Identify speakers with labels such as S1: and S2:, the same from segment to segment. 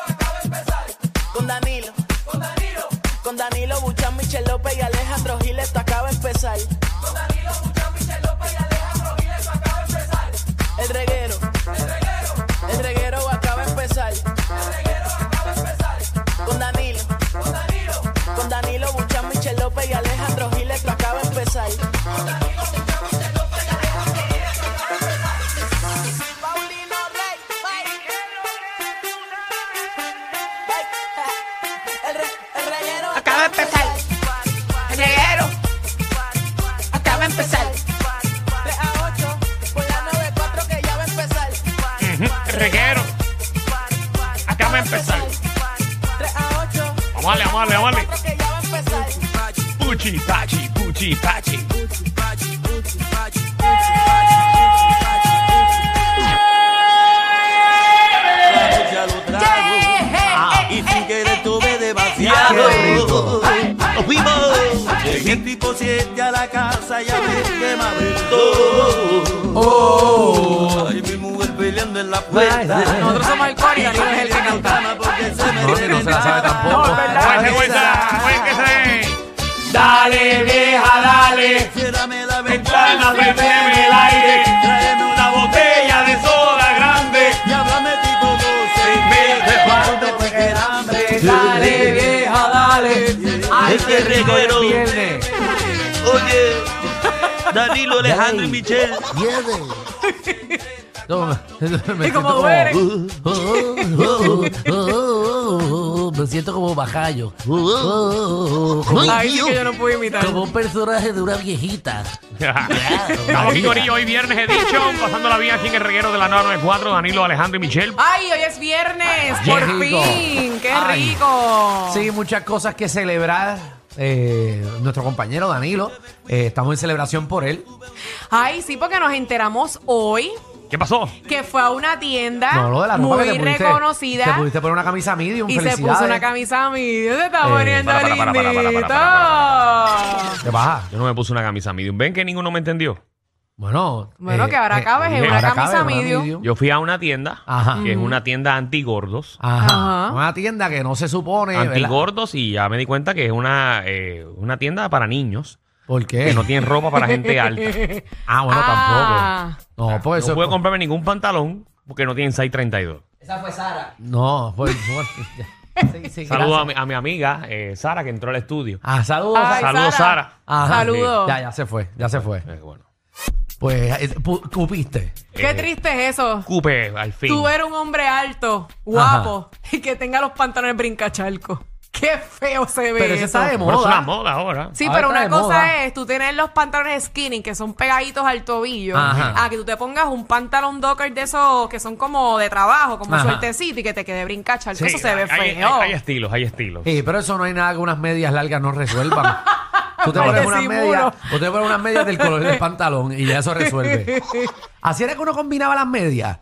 S1: El reguero acaba de empezar
S2: Con Danilo,
S1: con Danilo,
S2: con Danilo Buchan, Michel López y Alejandro Gil, esto acaba de empezar.
S1: con Danilo Buchan, Michel López y Alejandro Gil, esto acaba de empezar.
S2: El reguero,
S1: El reguero,
S2: el reguero acaba de empezar.
S1: el reguero acaba de empezar
S2: Con Danilo,
S1: con Danilo,
S2: con Danilo Buchan, Michel López y Alejandro Gil, esto acaba de empezar. Paulino Rey, Mike. El re- el reguero
S3: Acaba de empezar. El reguero. Acaba de empezar.
S2: 3 a 8, por la 94 que ya va a empezar.
S3: El reguero. Acaba de empezar.
S2: 3 a 8,
S3: Vamos a darle, vamos a darle, vamos a darle.
S2: que ya va a empezar.
S3: Puchi, pachi, puchi, pachi.
S4: ya lo trago y sin querer tuve demasiado. Nos fuimos. Llegué tipo 7 a la casa y a ver qué me aventó. Ay, mi mujer peleando en la puerta. Nosotros somos el corio, no es el que canta. Porque se me
S5: si no se la sabe tampoco. No, es
S3: Buen vergüenza, buen que se.
S4: Dale, vieja, dale. Ciérrame la ventana, prendeme el aire. Tráeme una botella de soda grande. Y háblame tipo 12. Seis de parte porque el hambre.
S5: Dale, vieja, dale. Ay,
S4: Este
S5: qué rico
S4: reguero.
S5: de viernes.
S4: Oye, Danilo, Alejandro y Michelle.
S5: Oh, No, me siento como, oh, me siento como bajayo.
S4: Oh,
S5: Oh,
S6: Ay, sí que yo no pude imitar.
S5: Como un personaje de una viejita.
S3: Estamos aquí Corillo, hoy viernes edition, pasando la vida aquí en el reguero de la 994, Danilo, Alejandro y Michelle.
S6: Ay, hoy es viernes, por
S5: qué rico.
S6: fin. Qué
S5: Ay.
S6: rico.
S5: Sí, muchas cosas que celebrar. Eh, nuestro compañero Danilo, eh, estamos en celebración por él.
S6: Ay, sí, porque nos enteramos hoy
S3: ¿Qué pasó?
S6: que fue a una tienda
S5: No, lo de la ropa
S6: Ah, muy
S5: que te pudiste, Te
S6: reconocida
S5: pudiste poner una camisa medium,
S6: y se
S5: felicidades.
S6: puso una camisa medio. Se está
S5: Eh,
S6: poniendo
S3: para, para, para, para, para, para, para,
S6: lindito.
S5: ¿Qué pasa?
S3: Yo no me puse una camisa medium. ¿Ven que ninguno me entendió?
S5: Bueno, eh,
S6: Bueno, que ahora cabes en una
S5: ahora
S6: camisa
S5: cabes en una
S6: medium.
S3: Yo fui a una tienda,
S5: Ajá.
S3: que es una tienda antigordos.
S5: Ajá.
S6: Ajá.
S5: Una tienda que no se supone. ¿verdad?
S3: Antigordos y ya me di cuenta que es una, eh, una tienda para niños
S5: ¿Por qué?
S3: que no tienen ropa para gente alta.
S5: Ah, bueno,
S6: Ah.
S5: tampoco. No, pues
S3: no
S5: eso.
S3: puedo comprarme ningún pantalón porque no tienen 632.
S5: no, pues. sí, sí,
S3: Saludos a
S5: gracias.
S3: mi, a mi amiga eh, Sara que entró al estudio.
S5: Ah, saludos. Sara.
S6: Ay,
S5: Ah,
S3: Saludos Sara.
S5: Ajá.
S6: Saludos.
S5: Ya, ya se fue, ya se fue.
S3: Eh, bueno.
S5: Pues, eh, pu- cupiste.
S6: Qué
S3: Eh,
S6: triste es eso.
S3: Cupe, al fin.
S6: Tú eres un hombre alto, guapo y que tenga los pantalones brincachalco. Qué feo se ve
S5: Pero eso
S6: Pues, eso.
S5: está de
S3: Bueno, es una
S5: moda.
S3: moda ahora.
S6: Sí,
S5: Ahora
S6: pero
S5: está
S6: una
S5: de
S6: cosa
S5: moda.
S6: es tú tener los pantalones skinny que son pegaditos al tobillo,
S5: Ajá.
S6: a que tú te pongas un pantalón docker de esos que son como de trabajo, como
S5: Ajá.
S6: suertecito y que te quede brincachar.
S3: Sí,
S6: eso se ve
S3: hay,
S6: feo.
S3: Hay, hay estilos, hay estilos.
S5: Sí, pero eso no hay nada que unas medias largas no resuelvan. Tú te
S6: Ay,
S5: pones
S6: te
S5: unas
S6: simuro.
S5: medias, tú te pones unas medias del color del pantalón y ya eso resuelve. Así era que uno combinaba las medias.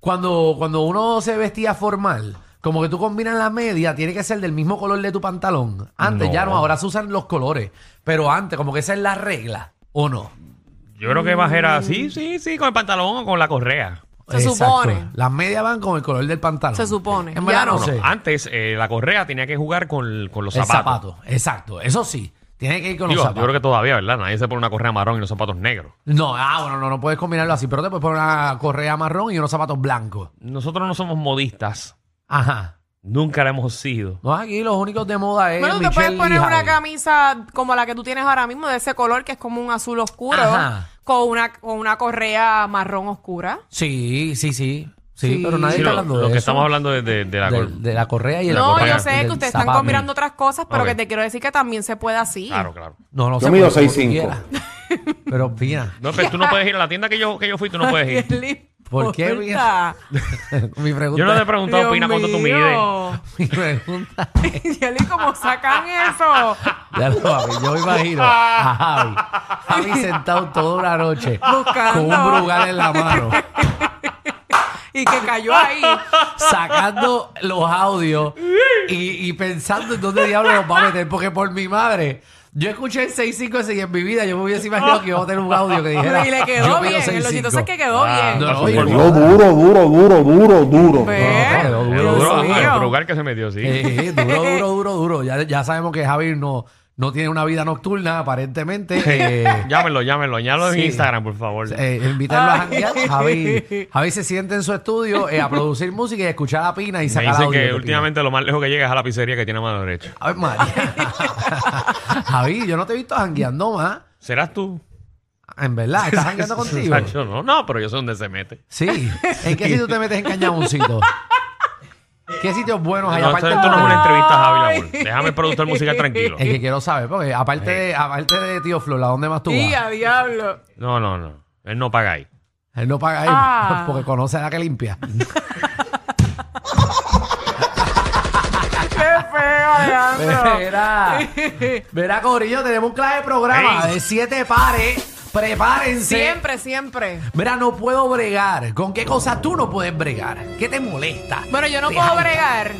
S5: Cuando, cuando uno se vestía formal, como que tú combinas las medias, tiene que ser del mismo color de tu pantalón. Antes ya no,
S3: No.
S5: ahora se usan los colores. Pero antes, como que esa es la regla, ¿o no?
S3: Yo creo que más era así,
S5: Mm.
S3: sí, sí, con el pantalón o con la correa.
S6: Se supone.
S5: Las medias van con el color del pantalón.
S6: Se supone.
S5: En verdad
S6: Ya
S5: no,
S6: no.
S3: No,
S5: sé.
S3: Antes eh, la correa tenía que jugar con, con los
S5: El
S3: zapatos.
S5: zapato. Exacto. Eso sí. Tiene que ir con
S3: Digo,
S5: los
S3: yo
S5: zapatos.
S3: creo que todavía, ¿verdad? Nadie se pone una correa marrón y unos zapatos negros.
S5: No, ah, bueno, no, no puedes combinarlo así, pero te puedes poner una correa marrón y unos zapatos blancos.
S3: Nosotros no somos modistas,
S5: Ajá.
S3: Nunca la hemos sido.
S5: No, aquí los únicos de moda es.
S6: Bueno, tú te
S5: Michelle
S6: puedes poner
S5: y
S6: una
S5: Javi.
S6: camisa como la que tú tienes ahora mismo, de ese color que es como un azul oscuro,
S5: Ajá.
S6: con una, con una correa marrón oscura.
S5: Sí, sí, sí. Sí,
S6: Sí.
S5: pero nadie
S3: Sí,
S5: está
S3: lo,
S5: hablando
S3: lo
S5: de
S3: que
S5: eso.
S3: estamos hablando es de, de la
S5: Del-
S3: cor-
S5: de la correa y el
S6: No,
S3: correa
S6: yo sé que
S5: del
S6: ustedes
S5: zapato.
S6: están combinando otras cosas, pero
S3: Ok.
S6: que te quiero decir que también se puede así.
S3: Claro, claro.
S5: No, no
S7: Yo
S5: se
S7: mido
S5: puede, como tú
S7: 6'5".
S5: quieras. Pero opina.
S3: No, pero tú no puedes ir a la tienda que yo, que yo fui, tú no puedes ir.
S6: ¿Qué le
S5: ¿Por qué,
S6: importa?
S5: Mi pregunta.
S3: Yo no te he preguntado,
S6: Dios
S3: Pina, cuánto tú mides.
S6: mío.
S5: Mi pregunta.
S6: Yeli, ¿cómo sacan eso?
S5: Ya lo Javi, yo me imagino a Javi. Javi sentado toda la noche
S6: Buscando.
S5: con un brugal en la mano,
S6: Y que cayó ahí.
S5: sacando los audios y, y pensando en dónde diablos los va a meter. Porque por mi madre, yo escuché el 656 y en mi vida yo me hubiese imaginado que iba a tener un audio que dijera.
S6: Y le
S5: yo mido
S6: quedó bien. Lo
S5: 6'5".
S6: chistoso es que quedó
S3: Ah,
S6: bien.
S5: No, no,
S3: Por
S5: yo-
S7: Yo duro, duro, duro, duro, duro.
S6: ¿Ves?
S5: no, no,
S3: El
S5: Dios
S3: duro-
S6: mío.
S3: ah, el lugar que se metió, sí.
S5: Eh, duro, duro, duro, duro. Ya, ya sabemos que Javi no, no tiene una vida nocturna, aparentemente. Eh,
S3: Llámenlo, llámenlo. Añádalo en
S5: Sí.
S3: Instagram, por favor.
S5: eh, invitarlo a janguear. Javi, Javi se siente en su estudio eh, a producir música y a escuchar a Pina y
S3: Me
S5: sacar
S3: dicen
S5: audio de
S3: que
S5: Pina.
S3: últimamente lo más lejos que llega es a la pizzería que tiene a mano derecha.
S5: A ver, María. Javi, yo no te he visto jangueando más.
S3: ¿Serás tú?
S5: En verdad, ¿estás jangueando contigo?
S3: Sancho, no, no, pero yo sé dónde se mete.
S5: Sí. ¿En qué sitio te metes en cañaboncito? ¿Qué sitios buenos hay
S3: No,
S5: aparte
S3: esto,
S5: de Eh.
S3: esto no es
S5: María?
S3: una entrevista, Javi Labor. Déjame el productor musical tranquilo.
S5: Es que quiero saber, porque aparte
S3: Eh.
S5: de, aparte de Tío Flor, ¿a dónde más tú vas?
S6: Y a diablo.
S3: No, no, no. Él no paga ahí.
S5: Él no paga ahí
S6: Ah.
S5: porque conoce a la que limpia.
S6: Qué feo, Alejandro.
S5: Verá, verá, Corillo, tenemos un clave de programa
S3: Ey.
S5: de siete pares. Prepárense.
S6: Siempre, siempre.
S5: Mira, no puedo bregar. ¿Con qué cosas tú no puedes bregar? ¿Qué te molesta?
S6: Bueno, yo no
S5: Te
S6: puedo
S5: harta.
S6: bregar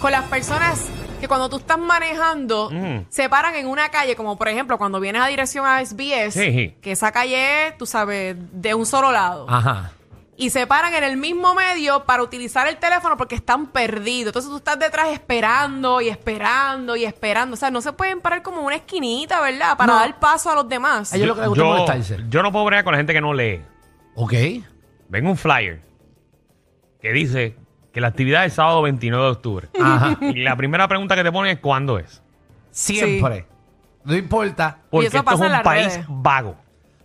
S6: con las personas que cuando tú estás manejando
S3: Mm.
S6: se paran en una calle, como por ejemplo cuando vienes a dirección a SBS,
S3: Sí, sí.
S6: que esa calle es, tú sabes, de un solo lado.
S5: Ajá.
S6: Y se paran en el mismo medio para utilizar el teléfono porque están perdidos. Entonces tú estás detrás esperando y esperando y esperando. O sea, no se pueden parar como en una esquinita, ¿verdad? Para
S5: No.
S6: dar paso a los demás.
S5: A ellos lo que les gusta es molestarse.
S3: yo no puedo bregar con la gente que no lee.
S5: Ok.
S3: Ven un flyer que dice que la actividad es sábado 29 de octubre.
S5: Ajá.
S3: Y la primera pregunta que te ponen es ¿cuándo es?
S5: Siempre. No importa.
S3: Porque
S6: eso
S3: esto
S6: pasa
S3: es
S6: en
S3: un
S6: las
S3: país
S6: redes.
S3: vago.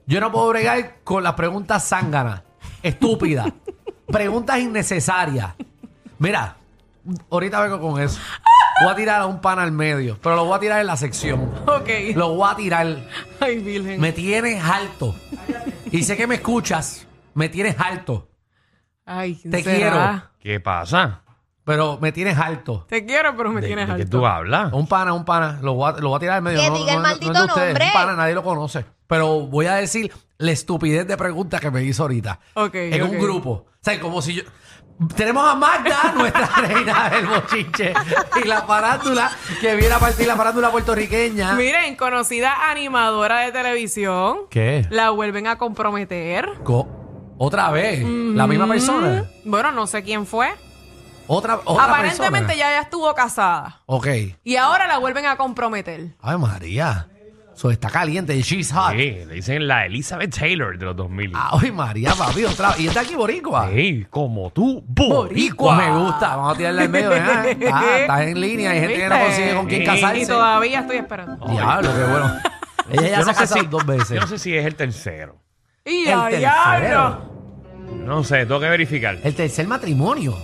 S5: Yo no puedo bregar con las preguntas zánganas, estúpidas, preguntas innecesarias. Mira, ahorita vengo con eso. Voy a tirar a un pan al medio, pero lo voy a tirar en la sección.
S6: Ok.
S5: Lo voy a tirar.
S6: Ay, Virgen.
S5: Me tienes alto. Y sé que me escuchas. Me tienes alto.
S6: Ay, ¿quién
S5: Te
S6: será?
S3: ¿Qué pasa?
S5: Pero me tienes alto.
S6: Te quiero, pero me
S3: ¿De,
S6: tienes
S3: de qué
S6: alto.
S3: tú hablas?
S5: Un pana, un pana. Lo voy a, lo voy a tirar al medio.
S8: Que diga el
S5: es de
S8: maldito
S5: ustedes.
S8: nombre.
S5: Un pana, nadie lo conoce. Pero voy a decir la estupidez de pregunta que me hizo ahorita.
S6: Ok,
S5: En
S6: ok.
S5: un grupo. O sea, como si yo... Tenemos a Magda, nuestra reina del bochinche. Y la farándula que viene a partir la farándula puertorriqueña.
S6: Miren, conocida animadora de televisión.
S5: ¿Qué?
S6: La vuelven a comprometer.
S5: Co- ¿Otra vez? ¿La
S8: Mm-hmm.
S6: Mm.
S5: misma persona?
S6: Bueno, no sé quién fue.
S5: ¿Otra, otra
S6: Aparentemente
S5: persona?
S6: ya ella estuvo casada.
S5: Ok.
S6: Y ahora la vuelven a comprometer.
S5: Ay, María. Eso está caliente. She's hot.
S3: Sí, le dicen la Elizabeth Taylor de los 2000.
S5: Ay, María, papi, otra vez. Y está aquí boricua.
S3: Ey, como tú,
S5: ah. Boricua.
S3: boricua.
S5: Me gusta. Vamos a tirarle al medio. ¿eh? Ah, estás en línea. Hay gente que no
S6: ¿Viste?
S5: consigue con quién
S3: Sí.
S6: Y
S5: casarse.
S6: todavía estoy esperando.
S5: Diablo, qué bueno. Ella ya
S3: Yo
S5: se
S3: no
S5: ha
S3: sé
S5: casado
S3: si-
S5: dos veces.
S3: Yo no sé si es el tercero.
S6: ¡Y
S5: El
S6: a
S5: tercero.
S6: diablo!
S3: No sé, tengo que verificar.
S5: El tercer matrimonio.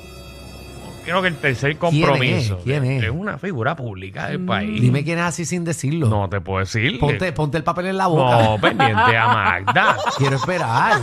S3: Creo que el tercer compromiso
S5: es? ¿Quién es?
S3: una figura pública del país.
S5: Dime quién es así sin decirlo.
S3: No te puedo decir.
S5: Ponte, ponte el papel en la boca.
S3: no, pendiente a Magda.
S5: Quiero esperar.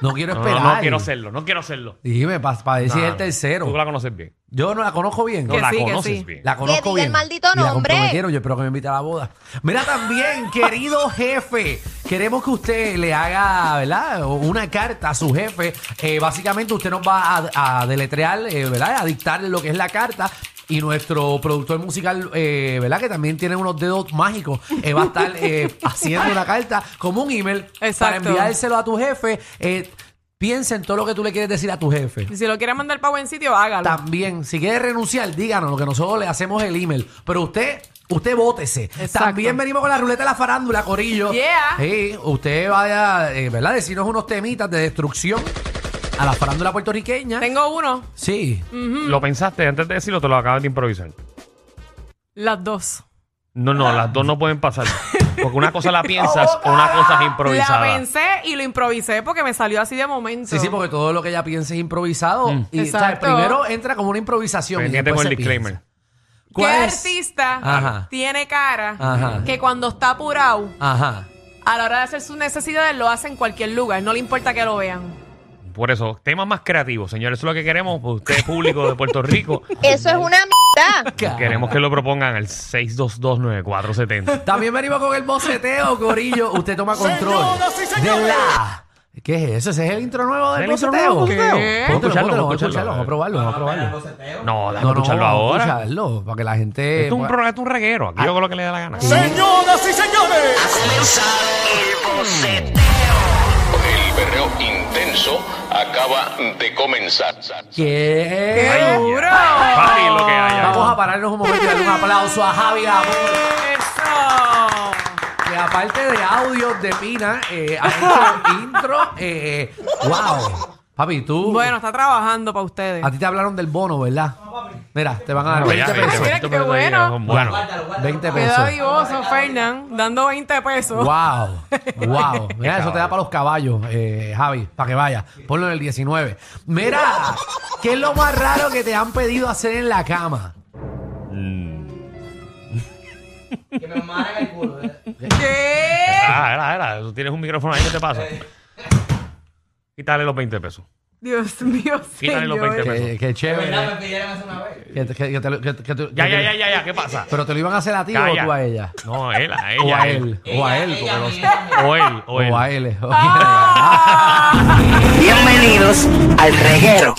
S5: No quiero
S3: No,
S5: esperar.
S3: no, no quiero hacerlo, no quiero hacerlo.
S5: Dime, para decir
S3: Nah,
S5: el tercero.
S3: Tú la conoces bien.
S5: Yo no la conozco bien.
S3: No
S6: Que
S3: la
S6: sí, que
S3: conoces
S6: sí.
S3: bien.
S5: La conozco
S8: diga el
S5: bien.
S8: maldito
S5: Y la
S8: nombre.
S5: comprometieron, yo espero que me invite a la boda. Mira también, querido jefe, queremos que usted le haga, ¿verdad? Una carta a su jefe. Eh, básicamente usted nos va a, a deletrear, eh, ¿verdad? A dictarle lo que es la carta. Y nuestro productor musical, eh, ¿verdad? Que también tiene unos dedos mágicos, eh, va a estar eh, haciendo una carta como un email para
S6: Exacto.
S5: enviárselo a tu jefe. Eh, piensa en todo lo que tú le quieres decir a tu jefe.
S6: Y Si lo quiere mandar para buen sitio, hágalo.
S5: También, si quiere renunciar, díganos lo que nosotros le hacemos el email. Pero usted, usted vótese. También venimos con la ruleta de la farándula, Corillo.
S6: Yeah.
S5: Sí, usted vaya, eh, ¿verdad? Decirnos unos temitas de destrucción. a la farándula puertorriqueña.
S6: Tengo Mm. uno,
S5: Sí.
S3: ¿Lo pensaste antes de decirlo te lo acabas de improvisar?
S6: las dos.
S3: No, no, las dos no pueden pasar. Porque una cosa la piensas o una cosa es improvisada.
S6: La pensé y lo improvisé porque me salió así de momento.
S5: Sí, sí, porque todo lo que ella piensa es improvisado. Y, o sea,
S6: Exacto.
S5: primero entra como una improvisación.
S3: Mm.
S5: y
S3: Pendiente
S5: después
S3: con el
S5: se piensa.
S3: disclaimer.
S6: ¿Qué
S5: ¿Cuál es?
S6: artista
S5: Ajá.
S6: tiene cara
S5: Ajá.
S6: que cuando está apurado,
S5: Ajá.
S6: a la hora de hacer sus necesidades, lo hace en cualquier lugar? No le importa que lo vean.
S3: Por eso, temas más creativos, señores. Eso es lo que queremos. Usted, público de Puerto Rico,
S8: Eso es una mierda.
S3: queremos que lo propongan al 6229470.
S5: También venimos con el boceteo, Corillo. Usted toma control. De la. ¿Qué es eso? ¿Ese es el intro nuevo del
S3: ¿El intro
S5: boceteo?
S3: nuevo del boceteo? Vamos
S5: ¿Qué?
S3: a
S5: Póntelo,
S3: escucharlo, vamos
S5: póntelo,
S3: a
S5: Vamos a escucharlo,
S3: escucharlo.
S5: vamos a probarlo, vamos a probarlo.
S3: No, déjame escucharlo ahora.
S5: Vamos a escucharlo, para que la gente...
S3: Esto es un,
S5: pueda-
S3: pro- esto es un reguero. Aquí yo hago lo que le da la gana.
S4: Señoras y señores,
S9: El berreo intenso acaba de comenzar.
S5: ¿Qué?
S6: ¡Qué
S3: ya.
S6: duro!
S3: Party lo que haya.
S5: Vamos a pararnos un momento y darle un aplauso a Javi Gamón,
S6: ¡Eso!
S5: que aparte de audios de Pina, eh, ha hecho intro. eh, wow. Papi, tú...
S6: Bueno, está trabajando para ustedes.
S5: A ti te hablaron del bono, ¿verdad? Mira, te van a dar
S3: Bueno,
S5: 20
S3: ya,
S5: pesos.
S6: Mira qué bueno.
S3: son buenos.
S5: 20
S6: Quedó
S5: pesos.
S6: divoso, Fernán, dando 20 pesos.
S5: Wow, wow. Mira, eso te da para los caballos, eh, Javi, para que vaya. Ponlo en el 19. Mira, ¿qué es lo más raro que te han pedido hacer en la cama?
S6: ¿Qué?
S3: Ah, era, era. Tú tienes un micrófono ahí, ¿qué te pasa? Quítale los 20 pesos.
S6: Dios mío,
S3: Quítale los 20
S6: señor.
S3: pesos.
S5: Que, que chévere. Que te- que- que te lo- que- que te-
S3: Ya,
S5: que
S3: ya,
S5: te-
S3: ya, ya, ya. ¿Qué pasa?
S5: Pero te lo iban a hacer a ti
S3: Calla.
S5: o tú a ella.
S3: No, él, a ella.
S5: O a él. O a él. porque no sé.
S3: O él, o él.
S5: O a él.
S6: Ah.
S2: Bienvenidos al reguero.